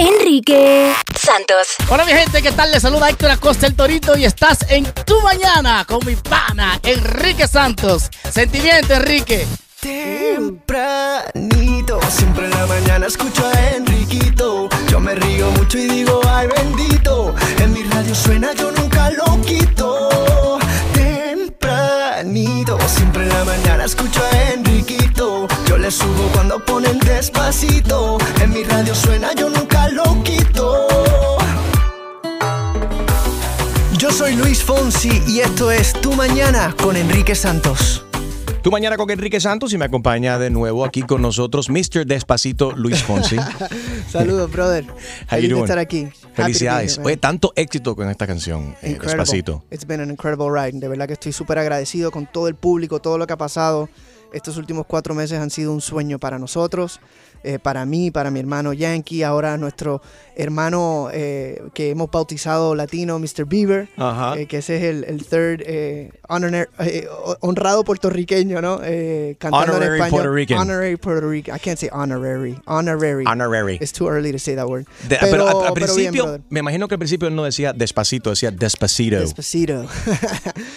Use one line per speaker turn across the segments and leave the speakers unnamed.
Enrique Santos.
Hola mi gente, ¿qué tal? Les saluda Héctor Acosta el Torito y estás en tu mañana con mi pana Enrique Santos. Sentimiento, Enrique.
Tempranito, siempre en la mañana escucho a Enriquito. Yo me río mucho y digo, ay bendito. En mi radio suena, yo nunca lo quito. Tempranito, siempre en la mañana escucho a Enriquito. Yo le subo cuando ponen despacito. En mi radio suena, yo nunca lo quito. Yo soy Luis Fonsi y esto es Tu Mañana con Enrique Santos.
Tú mañana con Enrique Santos y me acompaña de nuevo aquí con nosotros Mr. Despacito Luis Fonsi.
Saludos, brother.
How you
Feliz de
doing?
estar aquí.
Felicidades.
Happy to be here,
Oye,
man.
tanto éxito con esta canción, eh,
Incredible.
Despacito.
It's been an incredible ride. De verdad que estoy súper agradecido con todo el público, todo lo que ha pasado. Estos últimos cuatro meses han sido un sueño para nosotros, eh, para mí, para mi hermano Yankee, ahora nuestro hermano eh, que hemos bautizado latino, Mr. Bieber,
Ajá.
eh, que ese es el, el third eh, honor- eh, honrado puertorriqueño, ¿no? Eh, cantando
Honorary
en español.
Puerto Rican.
Honorary Puerto Rican. I can't say honorary. Honorary.
Honorary.
It's too early to say that word.
De- pero, al- al,
bien,
principio,
brother.
me imagino que al principio él no decía Despacito, decía Despacito.
Despacito.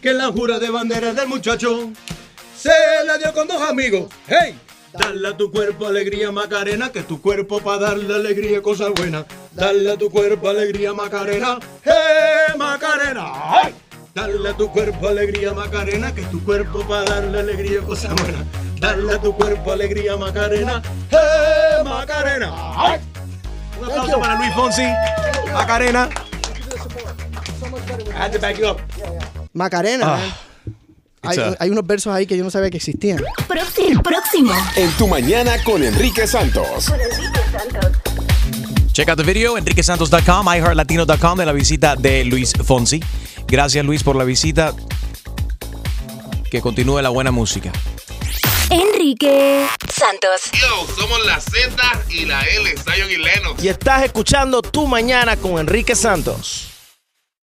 que es la jura de bandera del muchacho. Se la dio con dos amigos. ¡Hey! Dale a tu cuerpo alegría, Macarena, que tu cuerpo para darle alegría, cosa buena. Dale a tu cuerpo alegría, Macarena. ¡Hey, Macarena! ¡Ay! Dale a tu cuerpo alegría, Macarena, que tu cuerpo para darle alegría, cosa buena. Dale a tu cuerpo alegría, Macarena. ¡Hey, Macarena! ¡Ay!
Un aplauso para Luis Fonsi, Macarena. I had to back you up.
Macarena. man. Hay,
Ah. it's a-
hay unos versos ahí que yo no sabía que existían.
Próximo. Próximo.
En tu mañana con Enrique Santos.
Check out the video, enriquesantos.com, iHeartLatino.com de la visita de Luis Fonsi. Gracias Luis por la visita. Que continúe la buena música.
Enrique Santos.
Yo, somos la Z y la L, Zion y Lennox.
Y estás escuchando Tu Mañana con Enrique Santos.